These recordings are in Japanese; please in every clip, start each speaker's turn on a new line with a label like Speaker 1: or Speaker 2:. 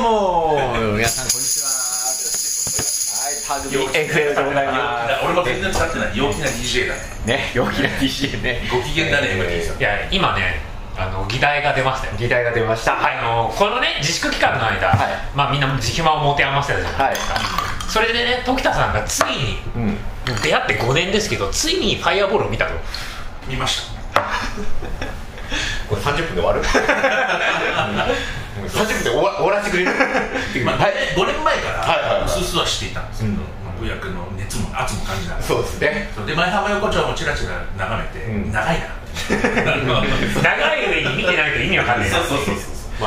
Speaker 1: も 皆さんこんにちは。はい、タグビ FM でございま
Speaker 2: 俺も全然伝ってない陽気な DJ だね
Speaker 1: す。ね、陽気な DJ ね。
Speaker 2: ご機嫌だね今
Speaker 1: えー
Speaker 2: 聞いた
Speaker 3: いや今ねあの議題が出ましたよ
Speaker 1: 議題が出ました。は
Speaker 3: あのこのね自粛期間の間、
Speaker 1: はい
Speaker 3: まあ、みんな自暇を持て余してたじゃない
Speaker 1: い。
Speaker 3: それでね時田さんがついに
Speaker 1: うん。
Speaker 3: 出会って5年ですけどついにファイアボールを見たと
Speaker 2: 見ました
Speaker 1: これ30分で終わ る ?30 分で終わ終わらせ てくれる
Speaker 2: まあ、
Speaker 1: はい。
Speaker 2: 5年前から
Speaker 1: はいはいはいう
Speaker 2: すうすはしていたんですけど、
Speaker 1: うん
Speaker 2: まあ、役の熱も圧も感じながら
Speaker 1: そうですね。
Speaker 2: そうで前浜横丁もちらちら眺めて、
Speaker 1: うん
Speaker 2: 長いな
Speaker 3: 長い上に見てないと意味わかんないな
Speaker 2: そうそうそうそ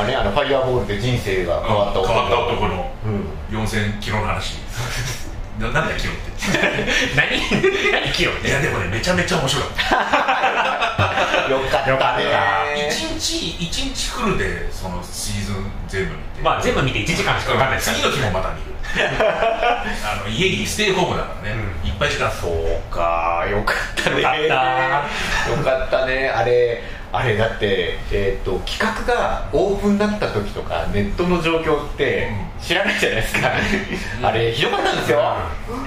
Speaker 1: ま
Speaker 2: う
Speaker 1: あね、あの、ファイアボールで人生が変わった
Speaker 2: 変わった男の
Speaker 1: うん。
Speaker 2: 4000キロの話 ななんだよキロっ
Speaker 3: 何何キロって
Speaker 2: いやでもねめちゃめちゃ面白かった
Speaker 3: よ
Speaker 1: よかった
Speaker 3: かっ
Speaker 1: ね
Speaker 2: 1日1日フルでそのシーズン全部見て
Speaker 3: まあ全部見て1時間しかわかんないです
Speaker 2: 次の日もまた見るあの家にステイホームだからね、いっぱい時間そう
Speaker 1: そうかよかったね
Speaker 3: よかった
Speaker 1: よかったねあれあれだって、えー、と企画がオープンだった時とかネットの状況って知らないじゃないですか、あれひどかったんですよ、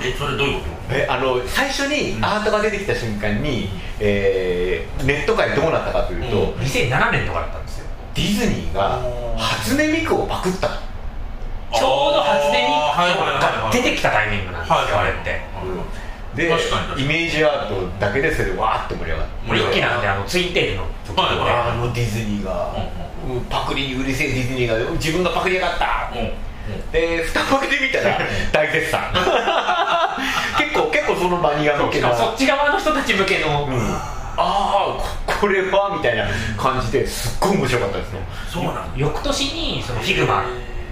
Speaker 2: えそれどういうこ
Speaker 1: えあの最初にアートが出てきた瞬間に、えーネット界どうなったかというと、
Speaker 2: う
Speaker 3: 2007年とかだったんですよ
Speaker 1: ディズニーが初音ミクをパクった
Speaker 2: と
Speaker 3: ちょうど初音ミ
Speaker 2: あーはいはいはい
Speaker 3: クが
Speaker 2: はい
Speaker 3: 出てきたタイミングなんですよ、
Speaker 2: はいは
Speaker 3: あ
Speaker 2: い
Speaker 3: れって
Speaker 1: で
Speaker 2: 確かに確かに
Speaker 1: イメージアートだけでそれでわーって盛り上がった
Speaker 3: もう一気なんであのツインテールの時とかね、
Speaker 2: はいはい
Speaker 1: あのディズニーが、もうパクリにうるせえディズニーが自分がパクりやがった、
Speaker 2: うんうん
Speaker 1: で蓋を開けてみたら大絶 賛結構結構そのマニア向け
Speaker 3: し
Speaker 1: な
Speaker 3: かもそっち側の人たち向けの、
Speaker 1: うんああここれはみたいな感じですっごい面白かったですよ
Speaker 2: そうなんだ
Speaker 3: 翌年にそのフィグマっ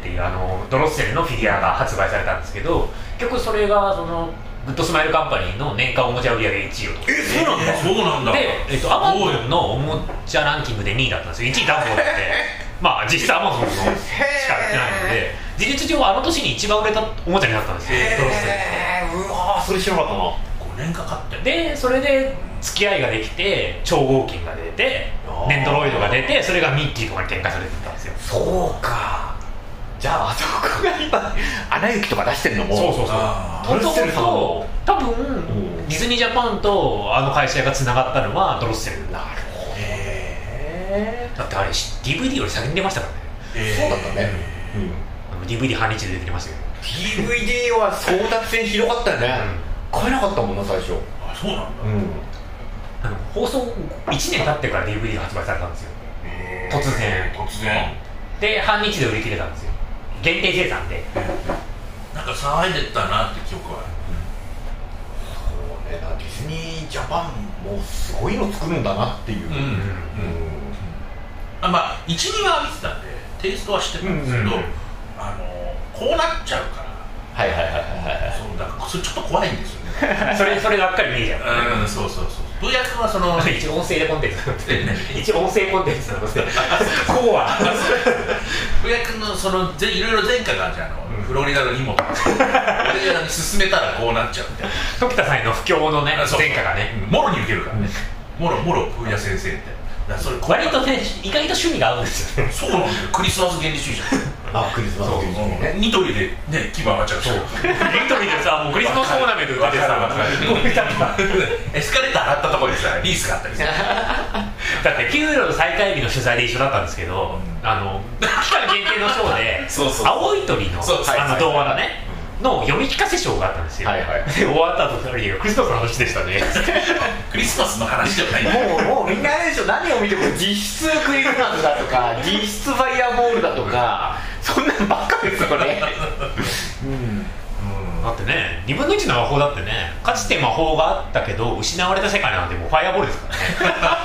Speaker 3: ていうあのドロッセルのフィギュアが発売されたんですけど結局それがそのグッドスマイルカンパニーの年間おもちゃ売り上げ1位を取っ
Speaker 2: えそうなんだそうなんだ
Speaker 3: てで、えっと、アマ
Speaker 2: すごい
Speaker 3: ゾンのおもちゃランキングで2位だったんですよ1位ダンボだってまあ実質アマゾンのしか売ってないので事実上あの年に一番売れたおもちゃになったんですよドロッセルって
Speaker 1: うわーそれ知らなかったな
Speaker 2: 5年かかって
Speaker 3: でそれで付き合いができて超合金が出て
Speaker 1: あー
Speaker 3: ネンドロイドが出てそれがミッキーとかに展開されてたんですよ
Speaker 1: そうかじゃああそこが今アナ雪とか出してるのも
Speaker 3: そうそうそう
Speaker 2: あ
Speaker 1: ー
Speaker 3: もとも
Speaker 1: ドロッセルさん
Speaker 3: と
Speaker 1: も
Speaker 3: 多分ディズニージャパンとあの会社がつながったのはドロッセルだ
Speaker 1: なるほどね
Speaker 3: だってあれ DVD より先に出ましたからね
Speaker 2: え
Speaker 1: そうだったね、うん
Speaker 3: あの DVD 半日で出てきましたけど
Speaker 1: DVD は争奪戦ひどかったよね、買えなかったもんな最初う
Speaker 2: あそうなんだ
Speaker 1: ん
Speaker 3: あの放送1年経ってから DVD が発売されたんですよ突然
Speaker 2: 突然
Speaker 3: で半日で売り切れたんですよ限定生産で
Speaker 2: なんか騒いでたなって記憶はあ
Speaker 1: そう
Speaker 2: る
Speaker 1: ねだからディズニージャパンもすごいの作るんだなっていう、
Speaker 2: うんうんあまあ12は見てたんでテイストは知ってたんですけど、
Speaker 3: うんうんうん
Speaker 2: あのこうなっちゃうから
Speaker 1: はいはいはいはいはい
Speaker 2: そうだからそれちょっと怖いんですよね
Speaker 3: それそれがっかり見えちゃう
Speaker 2: うんそうそうそう文也君はその
Speaker 3: 一応音声コンテンツなんで
Speaker 2: えね
Speaker 3: 一応音声コンテンツなの でこうは
Speaker 2: 文也君のそのぜいろいろ前科があるじゃんあの、フロリダの荷物俺が進めたらこうなっちゃうみたい
Speaker 3: 時田さんへの不況のね
Speaker 2: な
Speaker 3: 前科がね
Speaker 2: うんもろに受けるからねもろもろ文也先生ってだからそれ怖い
Speaker 3: 割とね意外と趣味が合うんですよね
Speaker 2: そうなんだよクリスマス原理主義者
Speaker 1: あクリスマスクリスマスね
Speaker 2: ニトリでね牙上がっちゃうそう
Speaker 3: ニトリでさもうクリスマスオーナメントでてさゴミだった
Speaker 2: エスカレーター上がったところにさリースがあったりさ
Speaker 3: だって給料の再開日の取材で一緒だったんですけど、
Speaker 2: う
Speaker 3: あの期間限定のショーで
Speaker 2: そうそう
Speaker 3: 青い鳥の
Speaker 2: そうそう
Speaker 3: あの動画だねの読み聞かせショーがあったんですよ、
Speaker 1: はいはい
Speaker 3: で終わった後二人がクリスマスの話でしたね
Speaker 2: クリスマスの話じゃないんだよ
Speaker 1: もうもうみんなあれでしょ何を見ても実質クリスマスだとか実質ファイアボールだとかそんなんばっかですよねうん
Speaker 3: だってね2分の1の魔法だってねかつて魔法があったけど失われた世界なんてもうファイアボールですからね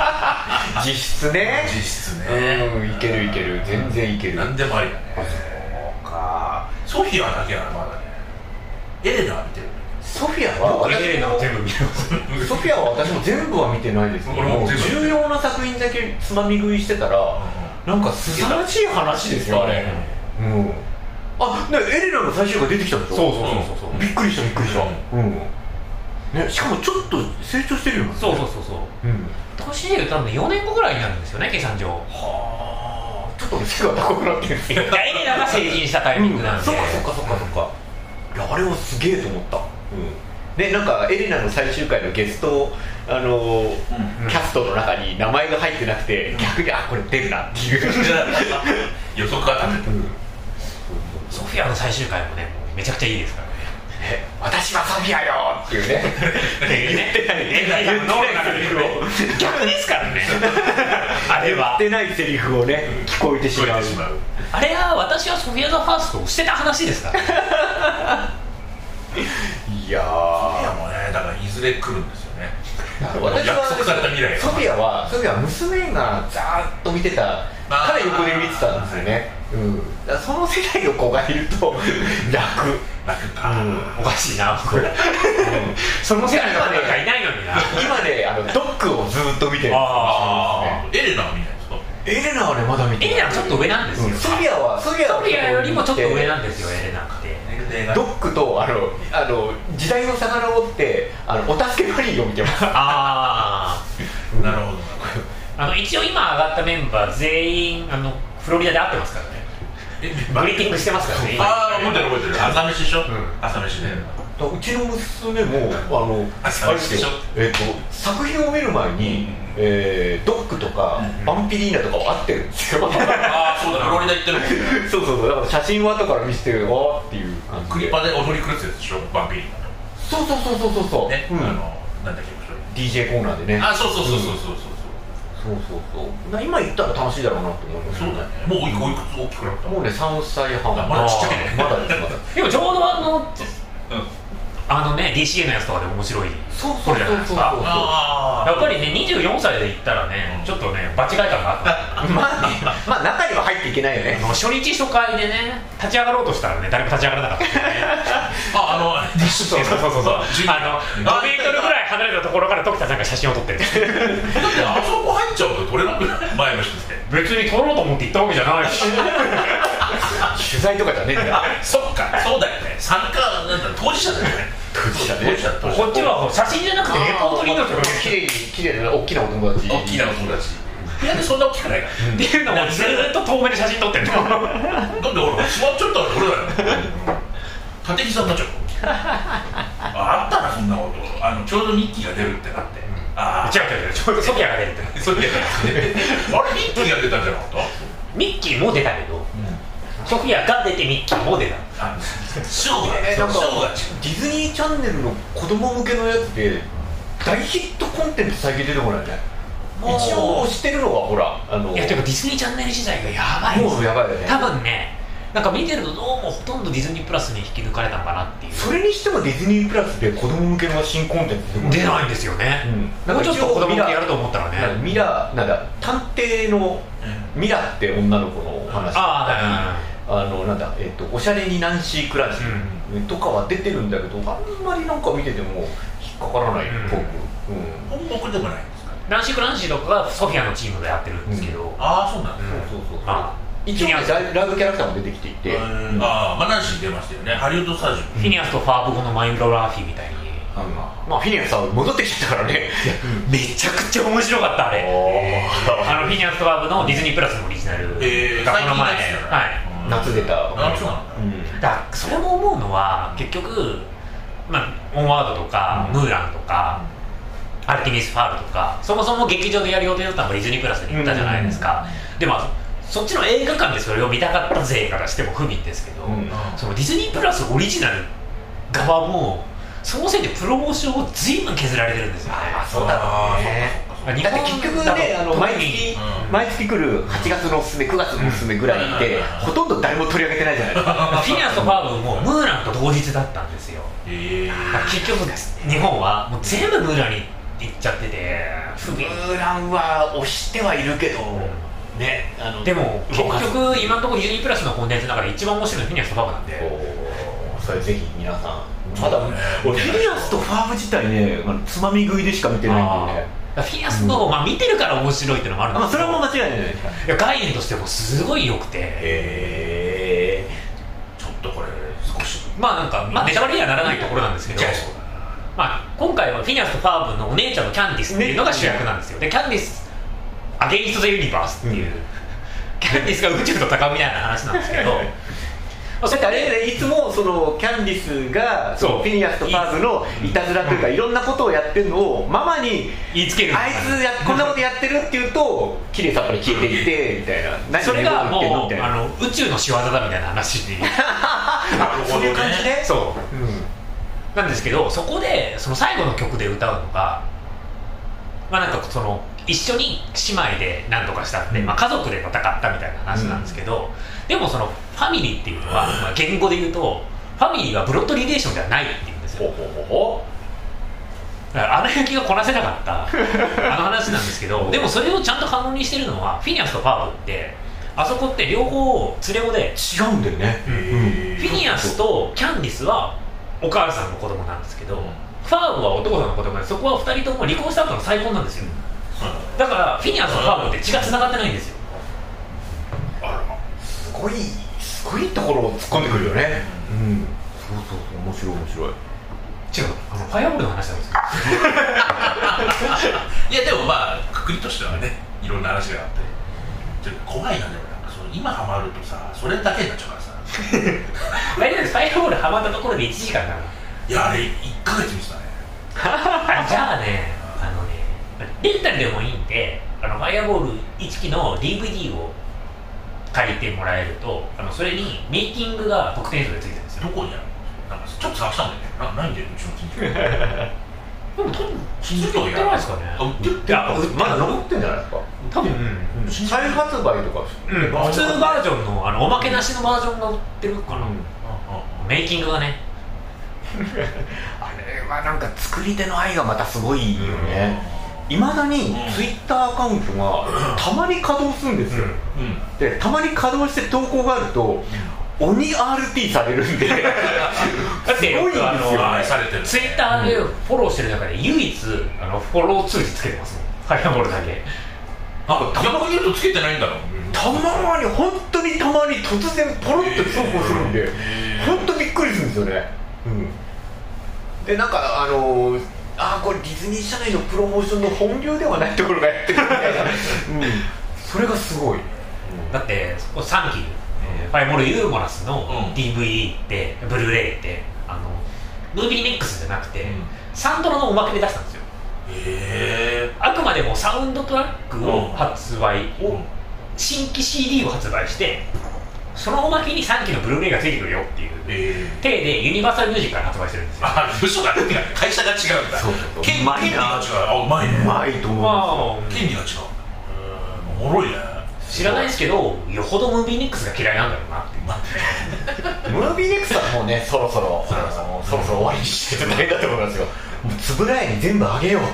Speaker 1: 実質ね
Speaker 2: 実質ね
Speaker 1: うんいけるいける全然いける
Speaker 2: 何でもありだね
Speaker 1: そうか
Speaker 2: ソフィアだけはまだねエレナは見てる
Speaker 1: ソフィアは
Speaker 3: エレナを全部見れます
Speaker 1: ソフィアは私も全部は見てないですけど
Speaker 2: 俺も
Speaker 1: もう
Speaker 2: 全部
Speaker 1: 重要な作品だけつまみ食いしてたらなんかすさまじい話ですよあれうんあねエレナの最終回出てきたんでしょ
Speaker 3: そう
Speaker 2: そうそうそう
Speaker 3: そう
Speaker 1: びっくりしたびっくりしたうんねしかもちょっと成長してるよね
Speaker 3: そうそうそうそう
Speaker 1: うん
Speaker 3: 年で言うと多分4年後ぐらいになるんですよね計算上
Speaker 2: はあ
Speaker 1: とすぐ男になってるんですよ
Speaker 3: やエレナが成人したタイミングなんで、
Speaker 1: そっかそっかそっかそっかいやあれはすげえと思った、でなんかエレナの最終回のゲストあのー
Speaker 2: うん
Speaker 1: キャストの中に名前が入ってなくて、逆にあこれ出るなって いう、
Speaker 2: 予測が立てた
Speaker 3: ソフィアの最終回もねもうめちゃくちゃいいですからね
Speaker 1: ね私はソフィアよっていうね
Speaker 3: 言ってない
Speaker 1: 言ってない
Speaker 3: 脳の中で逆ですからねあれ
Speaker 1: 言っ
Speaker 3: は
Speaker 1: てないセリフをね、聞こえてし
Speaker 2: 聞こ
Speaker 1: ま
Speaker 2: え
Speaker 1: う
Speaker 2: てしまう
Speaker 3: あれは私はソフィア・ザ・ファーストを捨てた話ですからね
Speaker 1: いや
Speaker 2: いや
Speaker 1: ー
Speaker 2: もうねだからいずれ来るんですよね
Speaker 1: 私
Speaker 2: 約束された
Speaker 1: は
Speaker 2: 未来が
Speaker 1: ソフィアはソフィアは娘がざーっと見てた
Speaker 2: あー
Speaker 1: から横で見てたんですよね、うん、だからその世代の子がいると 楽
Speaker 2: 楽か、
Speaker 3: おかしいなこれ
Speaker 1: その世代の
Speaker 3: 今
Speaker 1: 子
Speaker 3: なんか
Speaker 1: が
Speaker 3: いないのにな
Speaker 1: 今ねあのドックをずーっと見てる
Speaker 2: ああエレナは見ないんですか
Speaker 1: エレナはねまだ見て
Speaker 3: エレナはちょっと上なんですよ、
Speaker 1: うんソフィアはソフィアは
Speaker 3: ソフィアよりもちょっと上なんですよエレナって
Speaker 1: ドックとあのあの時代を遡ってあのお助けマリーを見てます
Speaker 3: あ
Speaker 2: なるほど
Speaker 3: ああの一応今上がったメンバー全員あのフロリダで会ってますからね
Speaker 2: え
Speaker 3: グリーティングしてますからね今
Speaker 2: ああ覚えてる覚えてる朝飯でしょ、
Speaker 3: ん
Speaker 2: 朝飯で、
Speaker 1: だからうちの娘も あの
Speaker 2: あ
Speaker 1: あれですよ
Speaker 2: そう
Speaker 1: えっと作品を見る前に、
Speaker 2: うん
Speaker 1: えードックとか、
Speaker 2: うん
Speaker 1: バンピリーナとかを会ってるんですよ
Speaker 2: ああ そうだフロリダ行ってるも んね
Speaker 1: そうそうそうだから写真は後から見せてるわーっていう感じで
Speaker 2: クリパで踊り狂ってたやつでしょバンピーリーナ
Speaker 1: そうそうそうそうそうそう、
Speaker 2: とね、
Speaker 1: うん
Speaker 2: あのなんだっけこれ
Speaker 1: DJ コーナーでね
Speaker 2: あそうそうそうそうそうそ
Speaker 1: そう
Speaker 2: う
Speaker 1: そうそうな今行ったら楽しいだろうなと思います
Speaker 2: そうだねもうおいくつ大きくなった
Speaker 1: もうね3歳半
Speaker 2: あまだちっちゃいね
Speaker 1: まだですまだ
Speaker 3: でもちょうどあの
Speaker 2: うん
Speaker 3: あのね DCA のやつとかで面白い
Speaker 1: そう
Speaker 3: そ
Speaker 1: そうう
Speaker 3: じ
Speaker 1: そ
Speaker 3: ゃないですか
Speaker 1: うそうそう
Speaker 2: あ
Speaker 3: やっぱりね24歳で行ったらね、
Speaker 2: うん
Speaker 3: ちょっとね場違い感があった
Speaker 1: まあねまあ中には入っていけないよ
Speaker 3: あ
Speaker 1: ね
Speaker 3: の初日初回でね立ち上がろうとしたらね誰も立ち上がらなかったっていうね
Speaker 2: ああの
Speaker 3: そうそう そうそう あの5
Speaker 2: あ
Speaker 3: メートルぐらい離れたところから時田さんが写真を撮って る
Speaker 2: だってあそこ入っちゃうと取れなくない前の人って
Speaker 3: 別に撮ろうと思って行ったわけじゃない し
Speaker 1: 取材とかじゃねえんだよ
Speaker 2: あそっかそうだよね参加なんだ当事者だよね
Speaker 1: 当事者ね
Speaker 2: 当事者当事
Speaker 3: こっちは写真じゃなくてレポートになってるわけです
Speaker 1: 綺
Speaker 3: よ
Speaker 1: 麗に綺麗な大きなお友達
Speaker 2: 者大きなお友達いやでそんな大きくないか
Speaker 3: っていうのをずーっと遠目で写真撮ってるの
Speaker 2: らだってほら座っちゃったら俺だよ縦膝になっちゃうああったなそんなことあのちょうどミッキーが出るってなってああ
Speaker 3: 違う違う違うちょうどソフィアが出るって
Speaker 2: それであれミッキーが出たんじゃなかった
Speaker 3: ミッキーも出たけどソフィアが出てミッキーも出た
Speaker 2: あショー
Speaker 1: えーなん
Speaker 2: が
Speaker 1: か
Speaker 2: ショーが
Speaker 1: ディズニーチャンネルの子供向けのやつで大ヒットコンテンツ最近出てこないね
Speaker 2: もう
Speaker 1: 一応推してるのはほらあの
Speaker 3: いやでもディズニーチャンネル時代がやばいです
Speaker 1: もうやばいよね
Speaker 3: 多分ねなんか見てるとどうもほとんどディズニープラスに引き抜かれたのかなっていう
Speaker 1: それにしてもディズニープラスで子供向けの新コンテンツ出てこ
Speaker 3: 出
Speaker 1: い
Speaker 3: ないんですよね、
Speaker 1: うん
Speaker 3: もうちょっと子供向けやると思ったらね、
Speaker 1: ミラなんだ探偵のミラって女の子のお話
Speaker 3: あ
Speaker 1: あのなんだ、えっとおしゃれにナンシー・クランシーとかは出てるんだけど、あんまりなんか見てても引っかからない
Speaker 3: うん
Speaker 1: っぽく、うん
Speaker 2: 本国でもないんですかね
Speaker 3: あランシー・クランシーとかがソフィアのチームでやってるんですけど、
Speaker 2: ああそうなんだ
Speaker 3: うん
Speaker 1: そうそうそう
Speaker 3: まあ
Speaker 1: 一応ね
Speaker 3: フィニアス
Speaker 1: ライライブキャラクターも出てきていて、うん
Speaker 2: ああマナンシー出ましたよねハリウッドスタジ
Speaker 3: フィニアスとファーブ語のマイムロラーフィーみたいに、
Speaker 1: あのまあフィニアスさん戻ってきたからね、
Speaker 3: めちゃくちゃ面白かったあれ
Speaker 1: おー
Speaker 3: あのフィニアスとファーブのディズニープラスのオリジナル
Speaker 2: オええ
Speaker 3: が
Speaker 2: 最
Speaker 3: この
Speaker 2: 近の
Speaker 3: 前、
Speaker 2: やつだ
Speaker 3: はい
Speaker 2: ねうん
Speaker 1: 夏出た、
Speaker 2: あそうなんだ
Speaker 1: うん
Speaker 3: だそれも思うのは結局、まあ、オンワードとか、
Speaker 2: うん
Speaker 3: ムーランとか、アルティミス・ファールとかそもそも劇場でやる予定だったのがディズニープラスに行ったじゃないですか、でまあそっちの映画館でそれを見たかった勢からしても不憫ですけど、
Speaker 1: うん
Speaker 3: そのディズニープラスオリジナル側もそのせいでプロモーションを随分削られてるんですよね
Speaker 1: あそうだろうね
Speaker 3: あ日
Speaker 1: だっ
Speaker 3: 本
Speaker 1: て結局
Speaker 3: だと
Speaker 1: ねあの
Speaker 3: 特
Speaker 1: 毎
Speaker 3: に
Speaker 1: 月、
Speaker 2: うん
Speaker 1: 毎月来る8月のおすすめ9月のおすすめぐらいで、
Speaker 2: うん
Speaker 1: ほとんど誰も取り上げてないじゃないですか
Speaker 3: フィニアスとファーブもムーランと同日だったんですよ
Speaker 2: ええ
Speaker 3: だから結局日本はもう全部ムーランに行っちゃってて不
Speaker 1: ム
Speaker 3: 憫
Speaker 1: ーランは押してはいるけど、ねあの
Speaker 3: でも結
Speaker 1: 動かず
Speaker 3: 局今のところディズニープラスのコンテンツの中で一番面白いのはフィニアスとファーブなんで
Speaker 1: おーそれぜひ皆さんまだ
Speaker 2: そうね
Speaker 1: 俺フィニアスとファーム自体ねあのつまみ食いでしか見てないんでね
Speaker 3: だからフィニアスの、まあ、見てるから面白いっていうのもあるんで
Speaker 1: あ
Speaker 3: すけ
Speaker 1: それ
Speaker 3: ど、
Speaker 1: はもう間違いないじゃないですか
Speaker 3: いや概念としてもすごい良くて
Speaker 1: へ
Speaker 2: ちょっとこれ少し
Speaker 3: まあなんか、まあ、ネタバレにはならないところなんですけど
Speaker 2: じゃあそうだ
Speaker 3: まあ、今回はフィニアスとファーブのお姉ちゃんのキャンディスっていうのが主役なんですよ、でキャンディス「アゲインスト・ザ・ユニバース」っていう、キャいつか宇宙と高みたいな話なんです けどまあそ
Speaker 1: だ
Speaker 3: こ
Speaker 1: ってあ
Speaker 3: で
Speaker 1: れねいつもそのキャンディスがそ
Speaker 3: そう
Speaker 1: のフィニアスとパーズのいたずらというかいろんなことをやってるのをママに
Speaker 3: 言いつける
Speaker 1: あいつやこんなことやってるって言うと綺麗さっぱり消えていってみたいな何
Speaker 3: それが
Speaker 1: 寝坊
Speaker 3: も
Speaker 1: って
Speaker 3: う
Speaker 1: みた
Speaker 3: あ
Speaker 1: いな
Speaker 3: の宇宙の仕業だみたいな話に
Speaker 2: なる
Speaker 1: そ
Speaker 2: ほ
Speaker 1: ういう
Speaker 2: ど
Speaker 1: 感じ
Speaker 2: ね
Speaker 1: ね、
Speaker 3: そうなんですけ どそこでその最後の曲で歌うのがまあなんかその一緒に姉妹で何とかしたって、
Speaker 1: うん
Speaker 3: まあ、家族で戦ったみたいな話なんですけど、でもそのファミリーっていうのは、まあ、言語で言うとファミリーはブロッドリレーションではないっていうんですよ
Speaker 1: ほうほうほ
Speaker 3: だからアナ雪がこなせなかった あの話なんですけどでもそれをちゃんと可能にしてるのはフィニアスとパーブってあそこって両方連れ子で
Speaker 1: う違うんだよね
Speaker 2: え
Speaker 3: フィニアスとキャンディスはお母さんの子供なんですけど、ファーブはお父さんの子供でそこは2人とも離婚した後の再婚なんですよだからフィニアスとファーブって血がつながってないんですよ
Speaker 2: あ
Speaker 1: すごいすごいところを突っ込んでくるよねうんそうそうそう面白い面白い
Speaker 3: 違うあのファイアボールの話なんですよ
Speaker 2: らいやでもまあくくりとしてはねいろんな話があってちょっと怖いなでもなんかその今ハマるとさそれだけになっちゃうからさ
Speaker 3: 大丈夫ですファイアボールハマったところで1時間 だ
Speaker 2: いやあれ1ヶ月見てたね
Speaker 3: からあじゃあねあのねレンタルでもいいんであのファイアボール1期の DVD を借りてもらえるとあのそれにメイキングが特典賞でついてるんですよ
Speaker 2: どこにあるのなんかちょっと探したんだよねなないんだようちの近所に
Speaker 3: でも多分
Speaker 2: 近所
Speaker 3: 売ってないですかね
Speaker 2: あ売ってるって
Speaker 3: や
Speaker 1: まだ残ってんじゃないですか
Speaker 3: 多分、
Speaker 1: うん再発売とか
Speaker 3: うん、普通バージョンのあのおまけなしのバージョンが売ってるかな、メイキングがね
Speaker 1: あれはなんか作り手の愛がまたすごいよねいまだにツイッターアカウントがたまに稼働するんですよ、
Speaker 2: うんうん
Speaker 1: でたまに稼働して投稿があると鬼 RT される んで
Speaker 3: だって
Speaker 1: すごいですよ
Speaker 3: あ
Speaker 2: あ
Speaker 3: の
Speaker 2: 愛されてる
Speaker 3: ツイッターでフォローしてる中で唯一あのフォロー通知つけてますもんファイアボールだけ
Speaker 2: なんか逆に言うとつけてないんだろう
Speaker 1: たまに本当にたまに突然ポロッと投稿するんで
Speaker 2: へー
Speaker 1: 本当びっくりするんですよね、うん、でなんかあのーああこれディズニー社内のプロモーションの本流ではないところがやってるみ たいな、うん、それがすごい、
Speaker 3: だってこれ3期、えーファイアボールユーモラスの
Speaker 2: うん
Speaker 3: DVD って、ブルーレイってあのムービーネックスじゃなくて、
Speaker 2: うん
Speaker 3: サンドロのおまけで出したんですよ
Speaker 2: へ
Speaker 3: あくまでもサウンドトラックを発売を、
Speaker 2: うん
Speaker 3: 新規 CD を発売してそのおまけに3期のブルーレイがついてくるよっていう
Speaker 2: ええ
Speaker 3: 手でユニバーサルミュージックから発売してるんですよ
Speaker 2: あ嘘だってか会社が違うんだ
Speaker 1: そうそうそう
Speaker 2: 権
Speaker 1: うまい
Speaker 2: 権利が
Speaker 1: な
Speaker 2: 違うあうまいね
Speaker 1: うまいと思う、
Speaker 3: まあ
Speaker 2: 権利が違ううんおもろいね
Speaker 3: 知らないですけどよほどムービーニックスが嫌いなんだろうなっていう
Speaker 2: まあ
Speaker 1: ムービーネクストはもうねそろそろ
Speaker 2: そろそろ
Speaker 1: そろそろ終わりにしてるだけだと思いますよもうつぶらやに全部あげよう本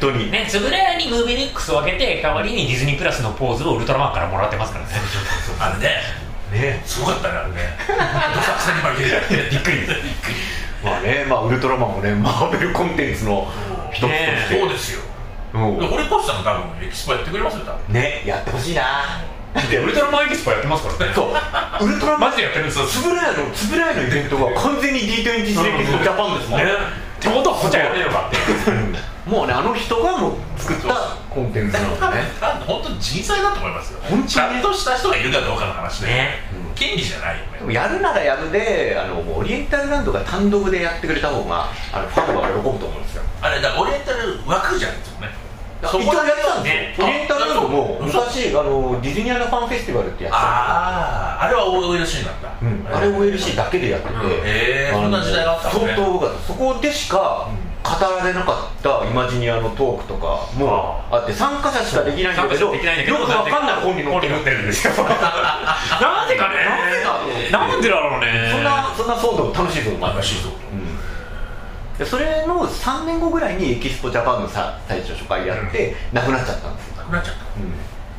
Speaker 1: 当に
Speaker 3: ねつぶらやにムービーニックスを分けて代わりにディズニープラスのポーズをウルトラマンからもらってますからね
Speaker 2: あれね
Speaker 1: ね
Speaker 2: すごかったねあれねどさくさに紛れて
Speaker 3: びっくりです
Speaker 2: びっくり
Speaker 1: まあねまあウルトラマンもねマーベルコンテンツの一つと
Speaker 3: ね
Speaker 1: して
Speaker 2: そうですよ
Speaker 1: うん
Speaker 2: で堀越さんが多分エキスポやってくれますよ多分
Speaker 1: ねやってほしいなだって
Speaker 3: ウルトラマンエキスポやってますからね
Speaker 1: そうウルトラマ
Speaker 3: マ
Speaker 1: ン
Speaker 3: ジでやってるんですよ
Speaker 1: つぶらやのつぶらやのイベントが完全に D20 シリーズのジャパンですもん
Speaker 3: ねってことはこっちはやってるのかって
Speaker 1: もうねあの人がもう作ったコンテンツ
Speaker 2: だ
Speaker 1: な
Speaker 2: から
Speaker 1: のでね
Speaker 2: 多分本当に人災だと思いますよ
Speaker 1: 本当にね
Speaker 2: ちゃんとした人がいるかどうかの話で
Speaker 3: ね
Speaker 2: 権利じゃないよね
Speaker 1: でもやるならやるであのもうオリエンタルランドが単独でやってくれた方があのファンは喜ぶと思うんですよ
Speaker 2: あれだからオリエンタル枠じゃないですよね
Speaker 1: 一応やったん
Speaker 3: ね
Speaker 1: ですよオリエンタルランドも
Speaker 2: あそう
Speaker 1: 昔あのディズニアのファンフェスティバルってやつ
Speaker 2: あああれは OLC なんだ、
Speaker 1: うん、あれ OLC だけでやってて、
Speaker 3: うん
Speaker 2: へーそんな時代があったのね
Speaker 1: 相当多かったそこでしか語られなかったイマジニアのトークとかもあって参加者しかできないんだけど
Speaker 3: できないんだけ
Speaker 1: よ
Speaker 3: ど
Speaker 1: くわかんない本に載ってる
Speaker 3: るんですよなんでかねなんでだろうね
Speaker 1: そんなそんな騒動楽しいぞお前
Speaker 2: 楽しいぞ
Speaker 1: うんでそれの3年後ぐらいにエキスポジャパンのさ最初初回やって、なくなっちゃったんですよ、
Speaker 2: なくなっちゃっ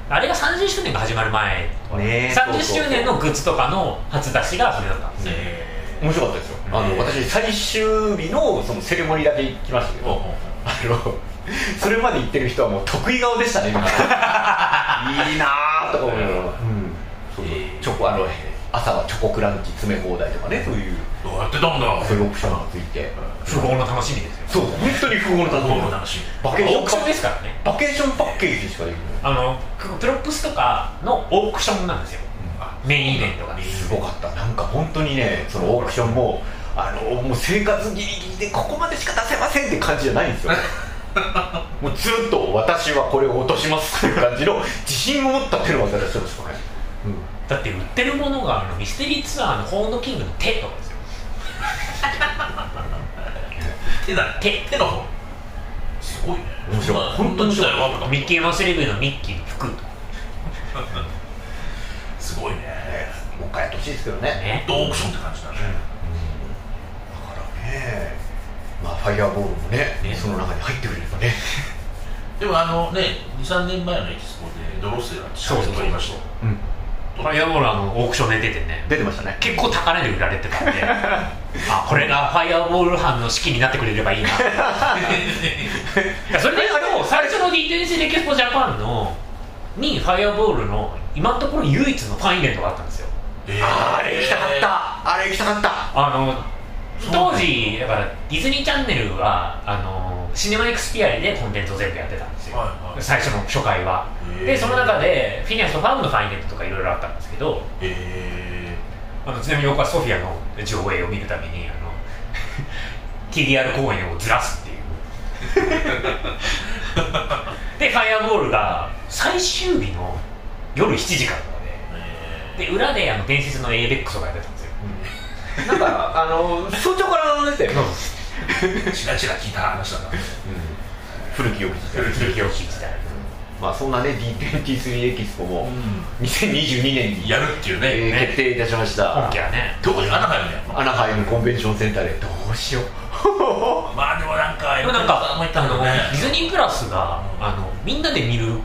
Speaker 2: た
Speaker 3: あれが30周年が始まる前
Speaker 1: ねえ
Speaker 3: 30周年のグッズとかの初出しがそれだったんですよ
Speaker 2: え
Speaker 1: 面白かったですよあ
Speaker 2: へ
Speaker 1: の
Speaker 2: ー
Speaker 1: 私最終日のそのセレモニーだけ行きましたけど、あの それまで言ってる人はもう得意顔 でしたね今いいなーとか思いながら、うんそうそう
Speaker 2: えー
Speaker 1: チョコあの朝はチョコクランチ詰め放題とかねそういう
Speaker 2: どうやってたんだ
Speaker 1: そういうオプションがついて
Speaker 3: 富豪の楽しみですよ
Speaker 1: そう本当に不合の
Speaker 2: どうも
Speaker 1: 楽
Speaker 2: 楽しみ
Speaker 1: バケーション
Speaker 3: オークションですからね
Speaker 1: バケーションパッケージしかできな
Speaker 3: あ
Speaker 1: い
Speaker 3: のプロップスとかのオークションなんですよ
Speaker 2: あ
Speaker 3: メインイベントが
Speaker 1: すごかったなんか本当にねそのオークションもあのもう生活ギリギリでここまでしか出せませんって感じじゃないん ですよもうずっと私はこれを落としますっていう感じの自信を持ったテルマさんらっしゃるんですよね、
Speaker 3: だって売ってるものがあのミステリーツアーのホーンドキングの手とかですよ
Speaker 2: 手だ
Speaker 3: 手
Speaker 2: 手の方すごいね
Speaker 1: 面白い
Speaker 2: まあ
Speaker 1: 本当に面白い
Speaker 2: こんな時代はあるかも
Speaker 3: ミッキーマウスレビューのミッキーの服とか
Speaker 2: すごいね
Speaker 1: うん、もう一回やってほしいですけどね
Speaker 3: ね
Speaker 2: ドオークションって感じだね
Speaker 1: だからねまあファイアボールもね
Speaker 3: ね
Speaker 1: その中に入ってくれればね
Speaker 2: でもあのね23年前のエキスポでドロッセラーって写真撮りま したよ
Speaker 1: うん
Speaker 3: ファイアボールあのオークションで出てね
Speaker 1: 出てましたね
Speaker 3: 結構高値で売られて たんであこれがファイアボール班の式になってくれればいいな それであの最初の DTC レキスポジャパンのにファイアボールの今のところ唯一のファンイベントがあったんですよ
Speaker 2: えー
Speaker 1: あれ行きたかったあれ行きたかった
Speaker 3: あの当時だからディズニーチャンネルはあのシネマエクスピアリでコンテンツを全部やってたんですよ、
Speaker 2: はいはい
Speaker 3: 最初の初回は
Speaker 2: へー
Speaker 3: でその中でフィニアスとファウンのファンイベントとかいろいろあったんですけど
Speaker 2: え
Speaker 3: あのちなみに僕はソフィアの上映を見るためにあ の TDR 公演をずらすっていう でファイアボールが最終日の夜7時からとか
Speaker 2: ーえ
Speaker 3: でで裏であの伝説の ABEX とかやってたんですよ
Speaker 1: なんかあの早朝から出て、うん、
Speaker 2: ーチラチラ聞いた話だな
Speaker 1: 古き良き時代
Speaker 3: 古き良き時代
Speaker 1: まあそんなね D23 エキスポも
Speaker 2: う
Speaker 1: 2022年に、
Speaker 2: やるっていう
Speaker 1: えー
Speaker 2: ね
Speaker 1: 決定いたしまし
Speaker 3: 本
Speaker 1: た
Speaker 3: 家はね
Speaker 2: 特にアナハイムやんの
Speaker 1: アナハイムコンベンションセンター でどうしよう
Speaker 2: まあでもなんか
Speaker 3: でもなんか
Speaker 2: もう言った
Speaker 3: あ
Speaker 2: んだ
Speaker 3: の
Speaker 2: ろうね
Speaker 3: ディズニープラスがあのみんなで見る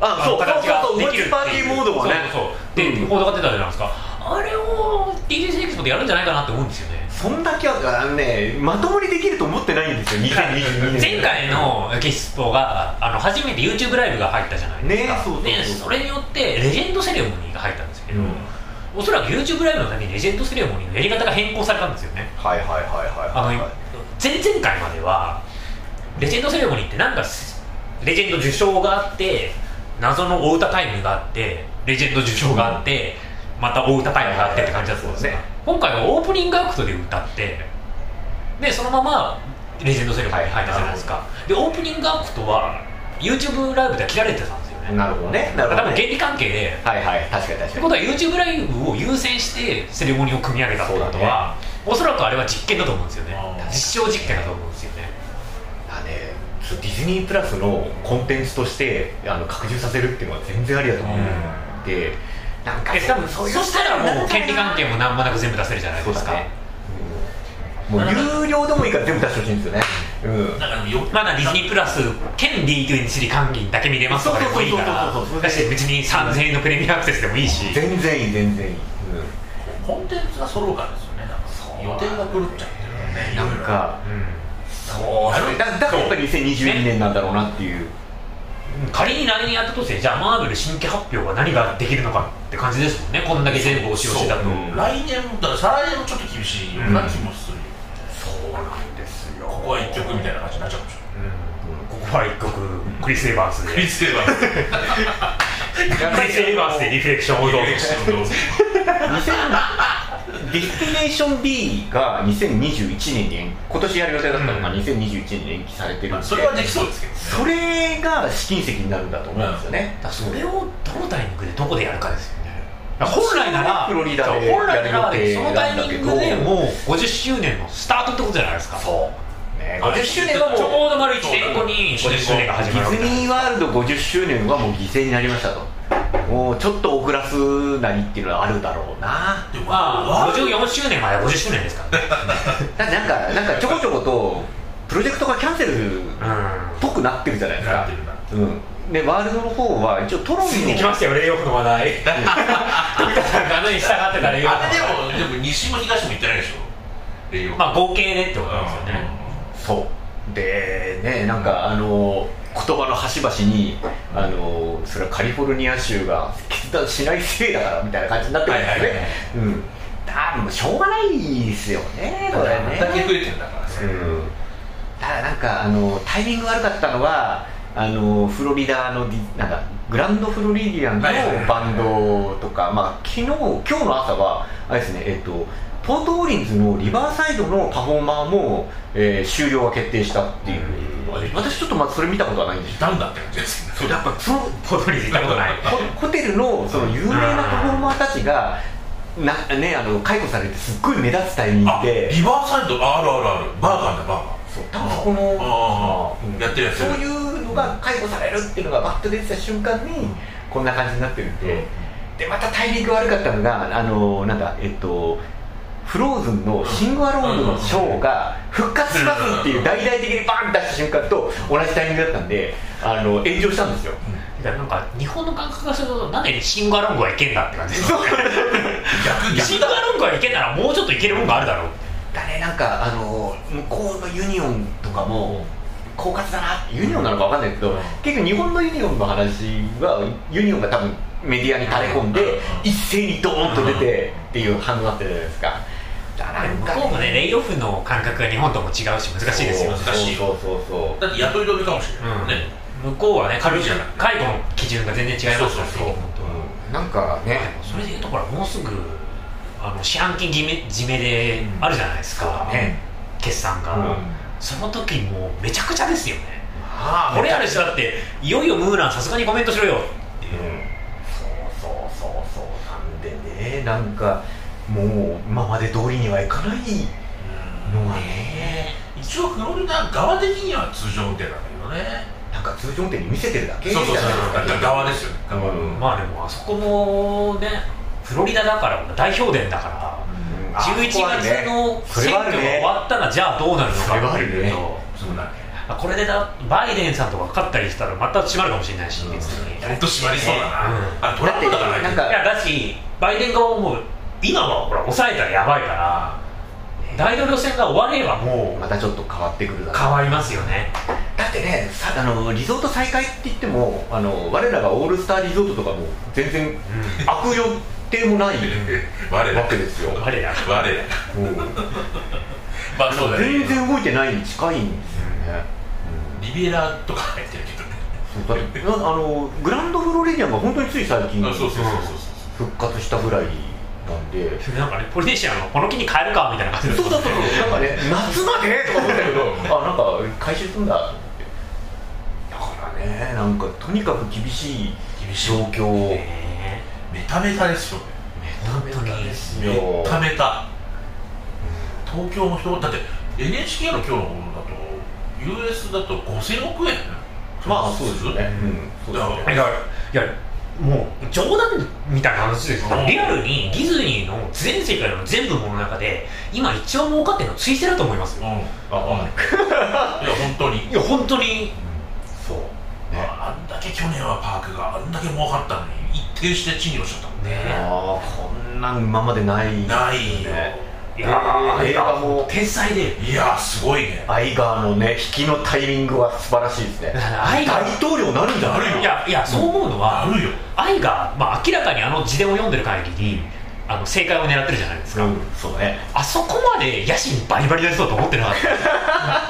Speaker 1: あそうそう
Speaker 3: 形が
Speaker 1: そうそう
Speaker 3: で
Speaker 1: ウォ
Speaker 3: き
Speaker 1: ッ
Speaker 3: る
Speaker 1: チパーティーモードもね
Speaker 3: そうそうそうで、
Speaker 1: うん
Speaker 3: 報道が出たじゃないですかあれを DJ エキスポでやるんじゃないかなって思うんですよね
Speaker 1: そんだけはあのねまともにできると思ってないんですよ2022年
Speaker 3: 前回のエキスポがあの初めて YouTube ライブが入ったじゃないですか、
Speaker 1: ねそうそうそう
Speaker 3: でそれによってレジェンドセレモニーが入ったんですけど、
Speaker 1: うん
Speaker 3: おそらく YouTube ライブのためにレジェンドセレモニーのやり方が変更されたんですよね
Speaker 1: はいはいはい
Speaker 3: あの、
Speaker 1: はいは
Speaker 3: 前々回まではレジェンドセレモニーってなんかレジェンド受賞があって謎のお歌タイムがあってレジェンド受賞があって、またお歌タイムがあってって感じだったんですね
Speaker 1: そうですね
Speaker 3: 今回はオープニングアクトで歌ってでそのままレジェンドセレモニーに入ったじゃないですか、でオープニングアクトは YouTube ライブでは切られてたんですよね
Speaker 1: いなるほどねな
Speaker 3: だか
Speaker 1: るほ
Speaker 3: ら多分原
Speaker 1: どね
Speaker 3: 理関係で
Speaker 1: はいはい確かに
Speaker 3: っ
Speaker 1: 確
Speaker 3: て
Speaker 1: か
Speaker 3: こ
Speaker 1: に
Speaker 3: とは YouTube ライブを優先してセレモニーを組み上げたってこと
Speaker 1: そうだ
Speaker 3: は、おそらくあれは実験だと思うんですよね
Speaker 2: あー
Speaker 3: 実証実験だと思うんですよね
Speaker 1: あねそうディズニープラスのコンテンツとしてあの拡充させるっていうのは全然ありだと思う、
Speaker 2: うん
Speaker 1: でなんか
Speaker 3: で多分そう
Speaker 1: い
Speaker 3: そしたらもう権利関係
Speaker 1: も
Speaker 3: も何もなく全部出せるじゃない
Speaker 1: そう
Speaker 3: で
Speaker 1: だ
Speaker 3: すか、
Speaker 1: ね、うん、もう有料でもいいから全部出してほしいんですよねうん
Speaker 2: なんかでもよ
Speaker 3: まだディズニープラス兼 D23 関係だけ見れますとかでもいいから
Speaker 1: そうそうそうそう
Speaker 3: だし別に3000円のプレミアアクセスでもいいし
Speaker 1: 全然いい全然いい、
Speaker 2: コンテンツが揃うからですよねなんか予定が狂っちゃってるからね
Speaker 1: うん、
Speaker 2: いろい
Speaker 1: な
Speaker 2: ろ
Speaker 1: んか
Speaker 3: うん
Speaker 1: そうだだからやっぱり2022年なんだろうなっていう
Speaker 3: 仮に来年やったとしてじゃあマーベル新規発表は何ができるのかって感じですもんねこんだけ全部押し押しだと
Speaker 1: そう
Speaker 2: うん来年もだから再来年もちょっと厳しいような気もするよ、
Speaker 1: そうなんですよ
Speaker 2: ここは一曲みたいな感じになっちゃうかもしれない
Speaker 3: ここは一曲クリス・エヴァンスで
Speaker 2: クリス・エヴァン
Speaker 3: クリス・エヴァンスでリフレクションをどうぞ
Speaker 2: スどうぞ
Speaker 1: ディスティネーション B が2021年に延今年やる予定だったのが
Speaker 3: うん
Speaker 1: 2021年に延期されてるんで、
Speaker 2: まあそれはできそうですけどね
Speaker 1: それが試金石になるんだと思うんですよね、
Speaker 3: だからそれをどのタイミングでどこでやるかですよね本来なら
Speaker 1: フロリダで
Speaker 3: 本来な
Speaker 1: や
Speaker 3: ら
Speaker 1: る予定
Speaker 3: そのタイミングで
Speaker 1: なんだけど
Speaker 3: もう50周年のスタートってことじゃないですか
Speaker 1: そう、ね、
Speaker 2: あ
Speaker 1: 50周年はもう
Speaker 3: ちょうど丸1年後に50周年が
Speaker 1: デ
Speaker 3: 始まるわ
Speaker 1: ィ
Speaker 3: け
Speaker 1: ズニーワールド50周年はもう犠牲になりましたともうちょっと遅らすなりっていうのはあるだろうな
Speaker 2: でも
Speaker 3: まあ
Speaker 2: ワール
Speaker 3: 54周年まで50周年ですからね
Speaker 1: だってなんかなんかちょこちょことプロジェクトがキャンセル
Speaker 3: う
Speaker 1: っ
Speaker 3: ん
Speaker 1: ぽくなってるじゃないで
Speaker 2: ド
Speaker 1: す
Speaker 2: なっ
Speaker 1: か
Speaker 2: てるな
Speaker 1: うんでワールドの方は一応トロンの
Speaker 3: したよレイオフの話題富田さんがあのに従ってたレイオフの話題
Speaker 2: あれでもでも西も東も行ってないでしょレイオン
Speaker 3: まあ合計でってこと
Speaker 2: うん
Speaker 3: ですよね
Speaker 1: そうでねなんかあの言葉の端々にあのそれはカリフォルニア州が決断しないせいだからみたいな感じになってますよ
Speaker 2: はいはいはい
Speaker 1: ねうん多分もうしょうがないですよねこれ
Speaker 2: あんだけ増
Speaker 1: ね
Speaker 2: えてんだからさ、
Speaker 1: うんただなんかあのタイミング悪かったのはあのフロリダのディなんかグランドフロリディアンの
Speaker 2: はいはいはい
Speaker 1: バンドとか、まあ、昨日今日の朝はあれですねえっとポートオーリンズのリバーサイドのパフォーマーも、えー終了が決定したっていう、あれ私ちょっとまだそれ見たことはないんです
Speaker 2: い
Speaker 1: よ
Speaker 2: たんだって感じですけ
Speaker 1: そう
Speaker 2: ど
Speaker 1: やっぱその
Speaker 3: ポトリ行ったことない
Speaker 1: ホホテルのその有名なパフォーマーたちがな、ね、あの解雇されてすっごい目立つタイミング
Speaker 2: あ
Speaker 1: で
Speaker 2: リバーサイドああるあるあるバーガーだバーガー
Speaker 1: そう多分そこの
Speaker 2: あー
Speaker 1: うん
Speaker 2: やってるやつ
Speaker 1: そういうのが解雇されるっていうのがバッと出てた瞬間にこんな感じになってるんででまた大陸悪かったのがあのなんだえっとフローズンのシングアロールのショーが復活しますっていう大々的にバーンって出した瞬間と同じタイミングだったんであの炎上したんですよ
Speaker 3: だからなんか日本の感覚がするとなんでシンガロングはいけんだって感じですよね
Speaker 2: 逆
Speaker 3: シン
Speaker 2: 逆
Speaker 3: ガロングはいけんならもうちょっといけるもんがあるだろう
Speaker 1: だねなんかあの向こうのユニオンとかも狡猾だなユニオンなのか分かんないけど、
Speaker 2: うん
Speaker 1: 結局日本のユニオンの話はユニオンが多分メディアに垂れ込んで、
Speaker 2: うん
Speaker 1: 一斉にドーンと出てっていう反応だったじゃないですかだからなんか
Speaker 3: 向こうもねレイオフの感覚が日本とも違うし難しいですよ
Speaker 1: そう
Speaker 2: 難しい
Speaker 1: そうそうそう
Speaker 2: だって雇い止めかもしれないもんね、
Speaker 3: うん、向こうはね
Speaker 2: 軽いじゃない
Speaker 3: 介護の基準が全然違いますからね
Speaker 2: そうそうそう
Speaker 3: 日本とは
Speaker 1: うんなんかね
Speaker 3: それでいうとほらもうすぐあの四半期決め締めであるじゃないですか、
Speaker 1: ね
Speaker 3: 決算が、
Speaker 1: うん
Speaker 3: その時もうめちゃくちゃですよね
Speaker 1: あ
Speaker 3: これある人だっていよいよムーランさすがにコメントしろよ
Speaker 1: うんそうそうそうそうなんでねなんかもう今まで通りにはいかないのがね
Speaker 2: 一応フロリダ側的には通常運転なんだけどね
Speaker 1: なんか通常運転に見せてるだけじゃ
Speaker 2: そ
Speaker 1: な
Speaker 2: う
Speaker 1: い
Speaker 2: そうそう
Speaker 1: ですか
Speaker 2: 側ですよね側
Speaker 1: うん
Speaker 3: まあでもあそこもねフロリダだから代表伝だから
Speaker 1: うんあ
Speaker 3: 11
Speaker 1: 怖いね
Speaker 3: 月の
Speaker 1: それ
Speaker 3: 選
Speaker 1: はあ
Speaker 3: 挙
Speaker 1: る
Speaker 3: が
Speaker 1: ね
Speaker 3: 終わったらじゃあどうなるの
Speaker 1: それは
Speaker 3: か
Speaker 1: あ
Speaker 3: って
Speaker 1: る
Speaker 3: いう
Speaker 1: ね
Speaker 3: と
Speaker 2: そうだね
Speaker 3: あこれでだバイデンさんとか勝ったりしたらまた閉まるかもしれないし別に、
Speaker 2: ほんと締まりそうだな、
Speaker 3: うん
Speaker 2: あれトランプだからね
Speaker 1: だってなんか
Speaker 3: いやだしバイデン側ももう今はほら抑えたらやばいから大統領選が終わればもう
Speaker 1: またちょっと変わってくるだろう
Speaker 3: 変わりますよね
Speaker 1: だってねさあのリゾート再開って言ってもあの我らがオールスターリゾートとかも全然悪用ってもない
Speaker 2: 我ら
Speaker 1: わけです
Speaker 3: 我
Speaker 1: よ、
Speaker 3: ら
Speaker 2: 我ら
Speaker 1: うん
Speaker 2: まあそうだね
Speaker 1: 全然動いてないに近いんですよね、
Speaker 2: リビエラとか入ってるけどね
Speaker 1: そうだってなあのグランドフロリディアンが本当につい最近
Speaker 2: あそうそうそうそうそう
Speaker 1: 復活したぐらいなんで
Speaker 3: なんかねポリネシアのこの木に変えるかみたいな感じで
Speaker 1: そうだそうだなんかね夏までとか思ったけど あなんか回収すんだと思ってだからねなんかとにかく厳しい
Speaker 2: 厳し
Speaker 1: 状
Speaker 2: い
Speaker 1: 況を
Speaker 3: ね
Speaker 2: メタメタですよね
Speaker 3: 本当に
Speaker 1: です
Speaker 2: メタメタ東京の人だって NHK の今日のものだと US だと5000億円
Speaker 1: まあそうですよね、うん、そうです
Speaker 3: いや
Speaker 1: ね
Speaker 3: いやもう冗談みたいな話ですよリアルにディズニーの全世界の全部の中で今一番儲かってるのツイステだと思います
Speaker 2: うん
Speaker 3: よ
Speaker 2: あ
Speaker 1: あ
Speaker 2: いや本当に
Speaker 3: いや本当に
Speaker 1: そう
Speaker 2: ま
Speaker 1: ね
Speaker 2: ああんだけ去年はパークがあんだけ儲かったのに一定して地に落ちちゃったもんね
Speaker 3: ね
Speaker 1: ああこんなん今までない
Speaker 2: ないよ
Speaker 1: ね
Speaker 3: いや
Speaker 1: 映画も
Speaker 3: 天才で
Speaker 2: いやすごいね
Speaker 1: アイガーのね引きのタイミングは素晴らしいですね
Speaker 3: アイガ
Speaker 1: 大
Speaker 3: ー
Speaker 1: 統領なるんじゃない
Speaker 2: なるよ
Speaker 3: いやいやそう思うのは、
Speaker 2: あるよ
Speaker 3: アイが、まあ、明らかにあの自伝を読んでる限りあの正解を狙ってるじゃないですか、
Speaker 1: うんそうね
Speaker 3: あそこまで野心バリバリ出そうと思ってなか った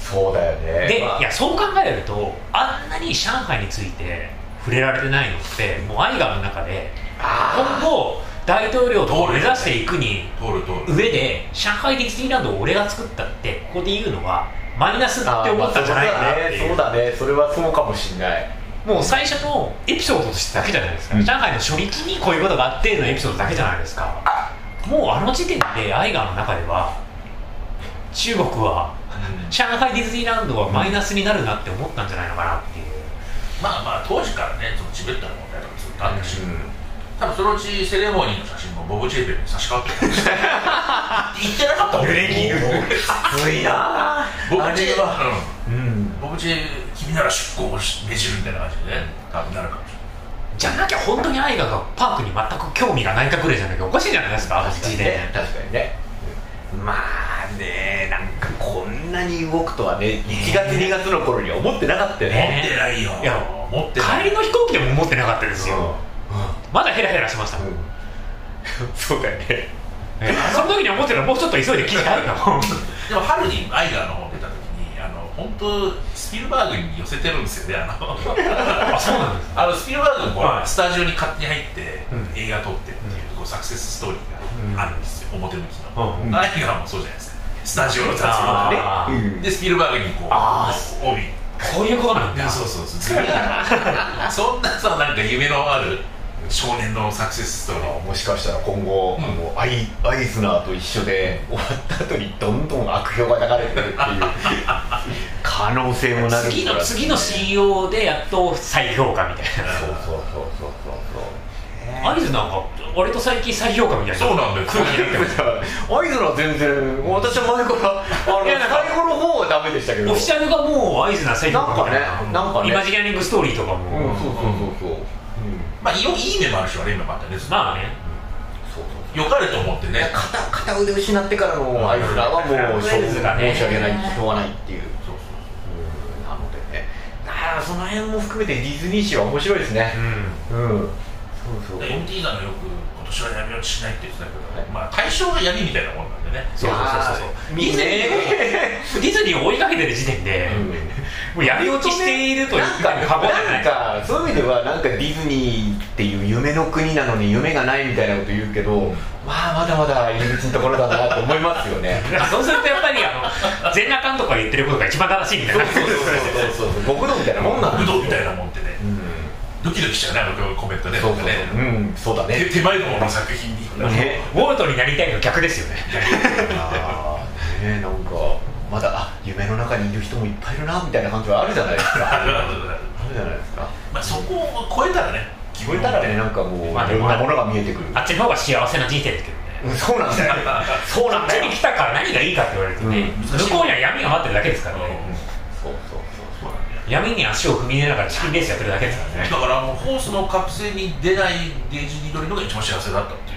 Speaker 1: そうだよね
Speaker 3: で、
Speaker 1: まあ
Speaker 3: いやそう考えるとあんなに上海について触れられてないのってもうアイガーの中で今
Speaker 1: あ
Speaker 3: 後大統領とか目指していくに
Speaker 2: 通る通る
Speaker 3: 上で上海ディズニーランドを俺が作ったってここで言うのはマイナス
Speaker 1: ー
Speaker 3: って思ったんじゃないかなって
Speaker 1: あーまあ
Speaker 3: い
Speaker 1: そううだねそうだねそれはそうかもしんない
Speaker 3: もう最初のエピソードとしてだけじゃないですか、
Speaker 1: うん
Speaker 3: 上海の初日にこういうことがあってのエピソードだけじゃないですかもうあの時点でアイガーの中では中国は上海ディズニーランドはマイナスになるなって思ったんじゃないのかなっていう、
Speaker 2: まあまあ当時からねそのチベットの問題とかずっとあったし、
Speaker 1: う
Speaker 2: 多分そのうちセレモニーの写真もボブ・チェイペルに差し替わってたりして言ってなかったもん
Speaker 1: ん、きついな
Speaker 2: ボブ
Speaker 1: あ
Speaker 2: チェ
Speaker 1: れは うん
Speaker 2: うん、ボブチェイ君なら出航をし命じるみたいな感じでね多分なるかもしれない
Speaker 3: じゃなきゃ本当にアイガーがパークに全く興味がないかぐらいじゃなきゃおかしいじゃないですかあの時点で
Speaker 1: ね確かにねまあねなんかこんなに動くとはね1月2月の頃には思ってなかったよね
Speaker 3: ね
Speaker 2: 持ってないよ
Speaker 3: いや
Speaker 2: 持ってない
Speaker 3: 帰りの飛行機でも思ってなかったですよ、
Speaker 1: う
Speaker 3: まだヘラヘラしましたもん、
Speaker 1: うんそうだよね
Speaker 3: その時に思ってたらもうちょっと急いで記事あるかも
Speaker 2: でも春にアイガーの方出た時にあの本当スピルバーグに寄せてるんですよねあの
Speaker 3: あそうなんです
Speaker 2: あのスピルバーグも、
Speaker 3: はい
Speaker 2: スタジオに勝手に入って、
Speaker 3: うん
Speaker 2: 映画撮ってっていう,、こうサクセスストーリーがあるんですよ、表向き
Speaker 3: う
Speaker 2: の、
Speaker 3: ん
Speaker 2: アイガーもそうじゃないですかスタジオの雑
Speaker 3: あ
Speaker 2: 用で
Speaker 3: ー
Speaker 1: う
Speaker 2: ね
Speaker 1: ん
Speaker 2: でスピルバーグにこう
Speaker 3: あ
Speaker 2: 帯
Speaker 3: こういうことなん
Speaker 2: いや
Speaker 3: だ
Speaker 2: そうそうそうそんなさなんか夢のある少年のサクセスストーリー
Speaker 1: もしかしたら今後、
Speaker 2: うん
Speaker 1: もうアイアイズナーと一緒で終わった後にどんどん悪評が流れてる っていう可能性もなる
Speaker 3: 次の次の CEO でやっと再評価みたい
Speaker 1: そうそうそうそうそう
Speaker 3: な合図なんか俺と最近再評価みたいな
Speaker 2: そうなんだよ
Speaker 3: 空気になってます
Speaker 1: そうアイズナー全然私は前からあの
Speaker 3: いやなんか
Speaker 1: 最後の方はダメでしたけど
Speaker 3: オフィシャルがもう合図な再評価みたい
Speaker 1: なんかねなんかね
Speaker 3: イマジニアリングストーリーとか
Speaker 1: う
Speaker 3: も、
Speaker 1: んそうそうそうそう、うん、
Speaker 2: まあいいいい面もあるし悪い面もあったね
Speaker 3: まあね
Speaker 1: そうそうそう
Speaker 2: 良かれと思ってね
Speaker 1: 片片腕失ってからのアイズナーはもう
Speaker 3: 片腕がね
Speaker 1: 申し訳ないしょうがないっていう
Speaker 2: そうそう
Speaker 1: うんなのでねだからその辺も含めてディズニー誌は面白いですね
Speaker 3: う
Speaker 1: うんそう
Speaker 2: そう
Speaker 1: そ
Speaker 2: で
Speaker 1: う
Speaker 2: MT さんがよく今年は闇落ちしないって言ってたけど、
Speaker 1: はい
Speaker 2: まあ対象が闇みたいなもんなんでね
Speaker 3: そうそうそうそう
Speaker 1: いやーね
Speaker 3: ん、ディズニーを追いかけてる時点で、
Speaker 1: うん
Speaker 3: もうやり落ちしていると言っても過言じゃな
Speaker 1: なん
Speaker 3: い
Speaker 1: かそういう意味ではなんかディズニーっていう夢の国なのに夢がないみたいなこと言うけどまあまだまだ入り口のところだなと思いますよね
Speaker 3: なんかそうするとやっぱりあの全裸監督が言ってることが一番正しいみたいな
Speaker 1: そうそうそう極道みたいなもんなんだ
Speaker 2: 武道みたいなもんってね
Speaker 1: うん
Speaker 2: ドキドキしちゃうねあのコメントね
Speaker 1: そう
Speaker 2: な
Speaker 1: そうそ
Speaker 2: んか
Speaker 1: う
Speaker 2: ね
Speaker 1: うんそうだ
Speaker 2: 手
Speaker 1: ね
Speaker 2: 手前どもの作品に
Speaker 1: ね
Speaker 3: ウォルトになりたいの逆ですよね
Speaker 1: あーねなんかまだあ夢の中にいる人もいっぱいいるなみたいな感じはあるじゃないですか
Speaker 2: あるあるある
Speaker 1: あるじゃないですか
Speaker 2: まあそこを超えたらね
Speaker 1: 聞こえ たらねなんかもうい
Speaker 3: まあで
Speaker 1: ろん
Speaker 3: も
Speaker 1: なものが見えてくる
Speaker 3: あっちの方が幸せな人生ですけどね
Speaker 1: うんそうなんだよそうな
Speaker 3: あ
Speaker 1: ん
Speaker 3: っち
Speaker 1: だよ
Speaker 3: に来たから何がいいかって言われるとね、
Speaker 2: う
Speaker 3: 向
Speaker 2: ん
Speaker 3: こうには闇が待ってるだけですから
Speaker 2: うん
Speaker 3: ね、
Speaker 1: そうそう
Speaker 2: そうなんだよ
Speaker 3: 闇に足を踏み入れながらチキンレースやってるだけですから
Speaker 2: だ
Speaker 3: ね
Speaker 2: からもうホースのカプセルに出ないデイジー・ニドリのが一番幸せだったっ てい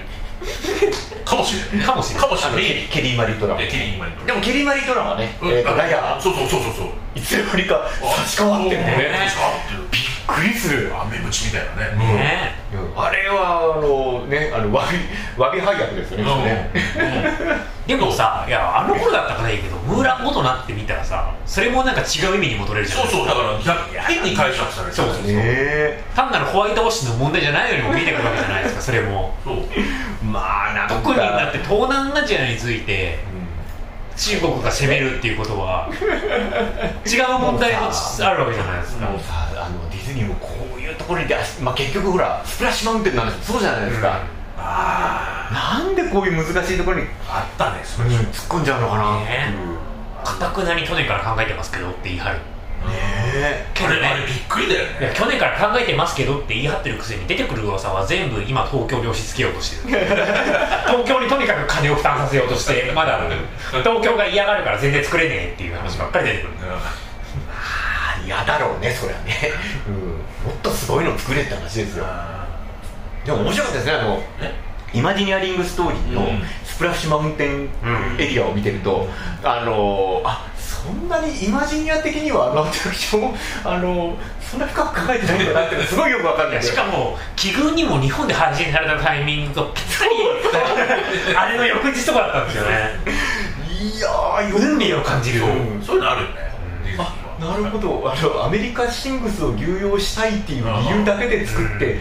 Speaker 2: うかもしれない
Speaker 3: かもしれない
Speaker 2: かもし
Speaker 1: そ
Speaker 2: れ
Speaker 1: う
Speaker 2: ない
Speaker 1: ケリケリー・マリー・トラマ
Speaker 2: いやケリー・マリドリ
Speaker 1: でもケリー・マリー・トラマね、
Speaker 2: うん
Speaker 1: えーとラヤ
Speaker 2: そうそうそうそうそう
Speaker 1: いつの間にか差し替わってるね
Speaker 3: ね
Speaker 2: 差し替わってるびっ
Speaker 1: クリス、
Speaker 2: くりアメムチみたいなね
Speaker 3: ね
Speaker 1: うんあれはあのねあのわびわび配役ですよ
Speaker 2: う
Speaker 1: ね,、
Speaker 2: ん
Speaker 1: ね
Speaker 3: でもさいやあの頃だったからいいけどムーランごとなってみたらさそれもなんか違う意味に戻れるじゃな
Speaker 2: そ
Speaker 3: いうですか
Speaker 2: そうだから逆変に解釈されてる
Speaker 3: そうそう
Speaker 1: ねえ
Speaker 3: 単なるホワイトウォッシュの問題じゃないようにも見えてくるわけじゃないですかそれも
Speaker 2: そう
Speaker 1: まあなんか
Speaker 3: 特にだって東南アジアについて
Speaker 1: う
Speaker 3: 中国が攻めるっていうことは違う問題もあるわけじゃないです
Speaker 1: ん
Speaker 3: か
Speaker 1: もうさあのディズニーもこういうところに出し、まあ、結局ほらスプラッシュマウンテンなんですそうじゃないですか、
Speaker 2: あ
Speaker 1: なんでこういう難しいところに、
Speaker 2: ああったねそ
Speaker 1: うん
Speaker 2: れ
Speaker 1: 突っ込んじゃうのかなっていう
Speaker 3: ねかたくなに去年から考えてますけどって言い張る
Speaker 1: ね
Speaker 3: けど
Speaker 2: あれあれ
Speaker 3: ね
Speaker 2: びっくりだよ
Speaker 3: いや
Speaker 2: ね
Speaker 3: 去年から考えてますけどって言い張ってるくせに出てくる噂は全部今東京に押し付けようとしてる東京にとにかく金を負担させようとしてまだ東京が嫌がるから全然作れねえっていう話ばっかり出てくる
Speaker 1: あー嫌だろうねそりゃね、うん、もっとすごいの作れって話ですよでも面白かったですねあの
Speaker 2: ね
Speaker 1: イマジニアリングストーリーの
Speaker 2: うん
Speaker 1: スプラッシュマウンテンエリアを見てると、あのあそんなにイマジニア的にはあのアトラクションをあのそんな深く考えてないんだなっていうのすごいよくわかるん
Speaker 3: いや
Speaker 1: ないで
Speaker 3: しかも奇遇にも日本で配信されたタイミングがぴったり あれの翌日とかだったんですよね
Speaker 1: いやーよく
Speaker 3: 運命を感じる
Speaker 1: うん
Speaker 2: そういうのあるよねディズニー
Speaker 1: あ
Speaker 2: は
Speaker 1: なるほどあのアメリカシングスを流用したいっていう理由だけで作って、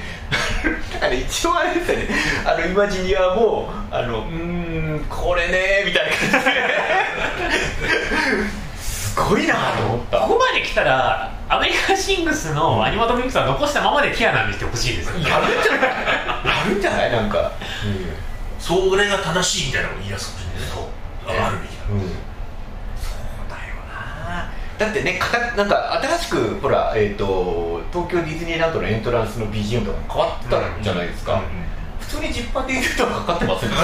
Speaker 1: だから一応あれですよねあのイマジニアもあのうーんこれねみたいな感じですごいなと思った
Speaker 3: ここまで来たらアメリカシングスのアニマトミックスは残したままでティアナにしてほしいですよ
Speaker 1: やるんじゃないやるんじゃないなんか、
Speaker 2: それが正しいみたいなのを言い出すかもしれないねああるべきだ
Speaker 1: うんそうだよなだってねかたなんか新しくほら、えー、と東京ディズニーランドのエントランスの BGM とかも変わったじゃないですか、普通にジッパーで入れたらかかってますよね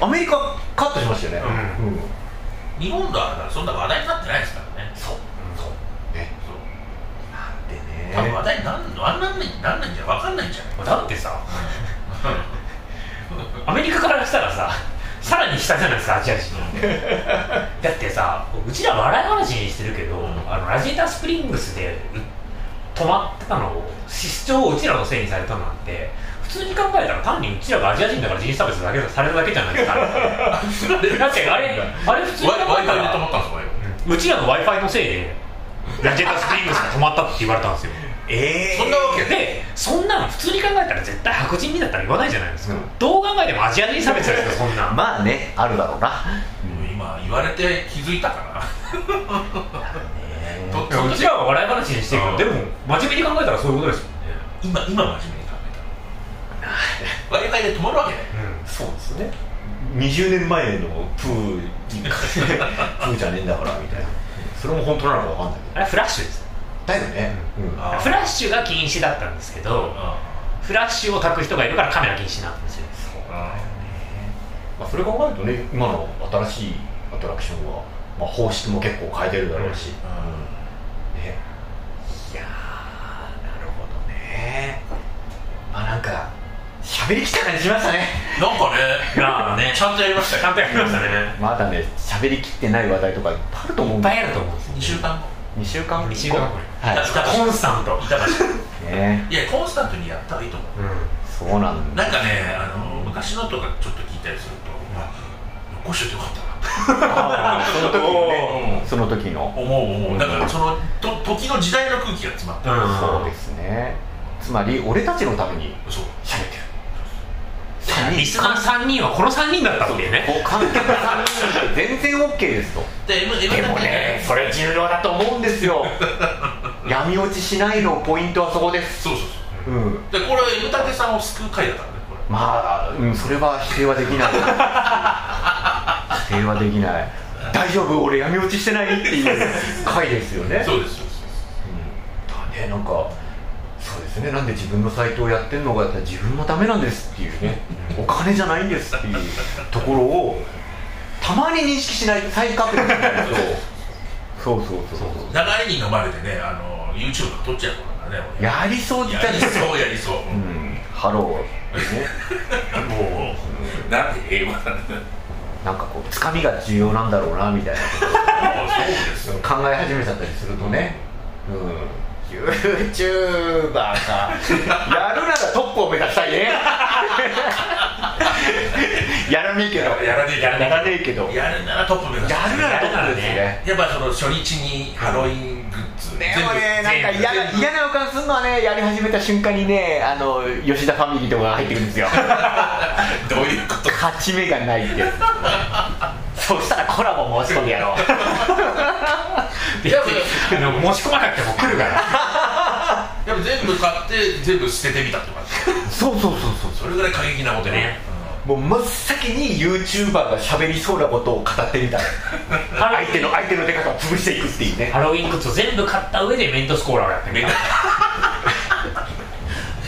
Speaker 1: アメリカカットしましたよね、
Speaker 3: うん
Speaker 1: うん
Speaker 2: 日本だからそんな話題になってないですからね
Speaker 1: そうそうね
Speaker 2: そう
Speaker 1: なんでね
Speaker 2: 多分話題になんのあんなんないなんないんじゃ分かんないんじゃない
Speaker 3: だってさアメリカからしたらささらに下じゃないですかアジア人だってさうちら笑い話にしてるけど、
Speaker 2: うん
Speaker 3: あのラジエータースプリングスでう止まってたのを失調をうちらのせいにされたなんて普通に考えたら単にうちらがアジア人だから人種差別だけされただけじゃないですかだってあれあれ普通に考えたら
Speaker 2: Wi-Fi で止まったんですか
Speaker 3: うんうちらの w i f i のせいでラジェタスプリングスが止まったって言われたん ですよ
Speaker 1: ええ
Speaker 2: そんなわけ
Speaker 3: でそんなの普通に考えたら絶対白人にだったら言わないじゃないですか、
Speaker 1: うん
Speaker 3: どう考えてもアジア人差別ですよそんなん
Speaker 1: まあねあるだろうな
Speaker 2: もう今言われて気づいたかなと
Speaker 3: いやうちらは笑い話にしてる
Speaker 2: うん
Speaker 3: けどでも真面目に考えたらそういうことですもんね
Speaker 2: 今今真面目に考えた w i f i で止まるわけない
Speaker 1: そうですね20年前のプーにプ ーじゃねえんだからみたいなそれも本当なのか分かんない
Speaker 3: あれフラッシュです
Speaker 1: けどだよね、うん
Speaker 2: あ
Speaker 3: フラッシュが禁止だったんですけどフラッシュを焚く人がいるからカメラ禁止になった んですよ
Speaker 1: まあ、それ考えるとね今の新しいアトラクションは、まあ、方式も結構変えてるだろうし、ねいやーなるほどねまあなんか喋りきた感じしましたね
Speaker 2: なんかね
Speaker 3: まあね
Speaker 2: ちゃんとやりましたよ
Speaker 3: ちゃんとやりましたね
Speaker 1: まだね喋りきってない話題とかいっぱいあると思う
Speaker 3: いっぱいあると思うんですよ
Speaker 2: 2週間後
Speaker 1: 2週間
Speaker 3: 2週間後に
Speaker 1: は
Speaker 3: コンスタント
Speaker 2: 板橋
Speaker 1: いね
Speaker 2: いやコンスタントにやったらいいと思
Speaker 3: う
Speaker 2: う
Speaker 1: そう なんだ
Speaker 2: なんかねあの昔のとかちょっと聞いたりするとあ残しててよかった
Speaker 1: あーその時のね
Speaker 2: おー
Speaker 1: その時の
Speaker 2: な思う思うだからそのと時の時代の空気が詰まって
Speaker 3: ん
Speaker 1: そうで
Speaker 3: ん
Speaker 1: すねつまり俺たちのために
Speaker 2: そう
Speaker 1: 喋ってる
Speaker 3: リスナー3人はこの3人だったっていうね
Speaker 1: こう観客さん全然 OK ですと
Speaker 2: で M- M
Speaker 1: でも
Speaker 2: だけ
Speaker 1: ねそれ重要だと思うんですよ 闇落ちしないのポイントはそこです
Speaker 2: そうそう
Speaker 1: うん
Speaker 2: そうでこれは M たけさんを救う回だからねこれ
Speaker 1: まあ、うん、それは否定はできない否定はできない大丈夫俺闇落ちしてないっていう回ですよね
Speaker 2: そうですそうです
Speaker 1: うん、だねなんかそうですねなんで自分のサイトをやってるのが自分のためなんですっていうねお金じゃないんですっていうところをたまに認識しない再確認しないとそうそうそうそう
Speaker 2: 流れに飲まれてねあの YouTube とか撮っちゃうからね俺
Speaker 1: やりそうじゃ
Speaker 2: や
Speaker 1: ない
Speaker 2: りそうやりそう、
Speaker 1: う
Speaker 2: うん
Speaker 1: んハロー、ね、
Speaker 2: もうなんで英語 なんだもう
Speaker 1: なんかこうつかみが重要なんだろうなみたいな
Speaker 2: そうですよ
Speaker 1: 考え始めちゃったりするとねうん YouTuber かやるならトップを目指したいねやらねえけど
Speaker 2: やらねえけど
Speaker 1: やらねえけど
Speaker 2: やるならトップ目指す
Speaker 1: やるならトップですね
Speaker 2: やっぱその初日にハロウィングッズ、
Speaker 1: で
Speaker 2: 全
Speaker 1: も
Speaker 2: 部
Speaker 1: ね、なんか嫌な
Speaker 2: 全部
Speaker 1: 嫌な予感するのはね、やり始めた瞬間にね、あの吉田ファミリーとかが入ってくるんですよ、
Speaker 2: どういうこと
Speaker 1: 勝ち目がないってやつ、そうしたらコラボ申し込んでやろう、
Speaker 2: やっぱ
Speaker 3: あの申し込まなくても来るから
Speaker 2: やっぱ全部買って全部捨ててみたって感 じ
Speaker 1: そうそうそうそう、
Speaker 2: それぐらい過激なこと
Speaker 3: ね、
Speaker 2: ね
Speaker 1: もう真っ先に YouTuber が喋りそうなことを語って みたい相手の相手の出方を潰していくっていうね
Speaker 3: ハロウィングッズを全部買った上でメントスコーラをやってみた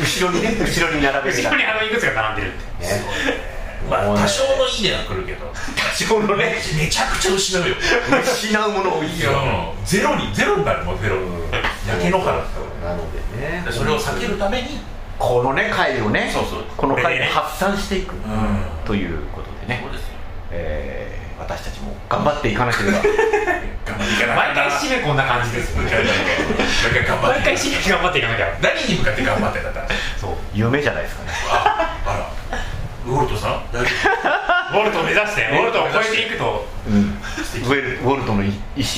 Speaker 1: 後ろにね後ろに並べる
Speaker 3: 後ろにハロウィングッズが並んでるって
Speaker 2: うんまあ多少のいいねは来るけど
Speaker 1: 多少のね
Speaker 2: めちゃくちゃ失うよ
Speaker 1: 失うものをいい
Speaker 2: い
Speaker 1: よ
Speaker 2: やゼロにゼロになるもんゼロ焼け野原だから
Speaker 1: なのでね
Speaker 2: でそれを避けるために
Speaker 1: このね回をね
Speaker 2: そうそう
Speaker 1: この
Speaker 3: こ
Speaker 1: 回で
Speaker 3: れね
Speaker 1: 発散していく
Speaker 2: ん
Speaker 1: ということでね
Speaker 2: そうですよ
Speaker 1: えー私たちも頑張っていかなければ
Speaker 2: 頑張っていかな
Speaker 3: 毎回
Speaker 2: か
Speaker 3: 締めこんな感じですよね
Speaker 2: 頑張
Speaker 3: 毎
Speaker 2: って
Speaker 3: 回締め頑張っていかなきゃ
Speaker 2: 何に向かって頑張ってんだったら
Speaker 3: そう
Speaker 1: 夢じゃないですかね
Speaker 2: ああらウォルトさん大丈
Speaker 3: ウォルトを目指してウ
Speaker 2: ウォ
Speaker 3: ォ
Speaker 2: ル
Speaker 3: ル
Speaker 2: ト
Speaker 3: ト
Speaker 2: を
Speaker 3: を
Speaker 2: 超
Speaker 3: 超
Speaker 2: え
Speaker 3: え
Speaker 2: て
Speaker 3: てい
Speaker 2: い
Speaker 3: くと
Speaker 1: うん
Speaker 2: 夫
Speaker 1: ウェルウォルトの意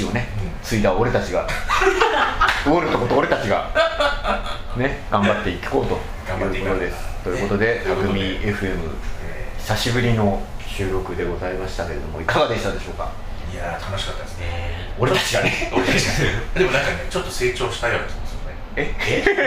Speaker 1: 思をね継いだ俺たち がウォルトこと俺たちがね頑張っていこうと
Speaker 2: 頑張って
Speaker 1: い
Speaker 2: いうこ
Speaker 1: こ
Speaker 2: う
Speaker 1: とですということで「
Speaker 2: ということ
Speaker 1: 匠
Speaker 2: で
Speaker 1: FM」久しぶりの収録でございましたけれどもいかがでしたでしょうか
Speaker 2: いやー楽しかったですね
Speaker 1: 俺たちがね
Speaker 2: 俺たちでもなんかねちょっと成長したような気もするね
Speaker 1: え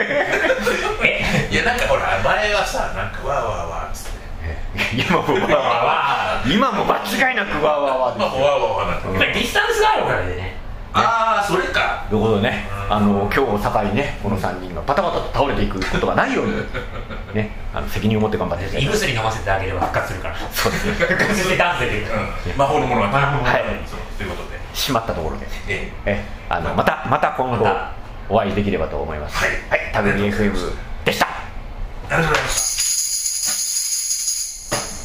Speaker 2: いやなんかほら前はさなんかわーわーわーっつってね
Speaker 1: 今もわー
Speaker 3: まあ
Speaker 1: わ
Speaker 3: まあ
Speaker 1: ー今も間違いなくわーわーわー
Speaker 2: ま
Speaker 1: で
Speaker 2: あ
Speaker 1: す
Speaker 2: わーわーわーなんて
Speaker 3: やっぱりディスタンスがあるおかげでね
Speaker 2: ああそれか
Speaker 1: ということでね、あの今日を境にね、この3人がパタパタと倒れていくことがないように、ね、あの責任を持って頑張っていきたい
Speaker 3: 胃
Speaker 1: と思います
Speaker 3: 薬飲ませてあげれば復活するから
Speaker 1: そうですね
Speaker 3: 復活してダンスできるから
Speaker 2: うん魔法のものは
Speaker 3: 魔法のもの
Speaker 1: は
Speaker 2: そうということで
Speaker 1: しまったところで、
Speaker 2: え
Speaker 1: えあのまたまた今後
Speaker 3: また
Speaker 1: お会いできればと思います。
Speaker 2: はい
Speaker 1: はい、タグミ FM でした。
Speaker 2: えありがとうございます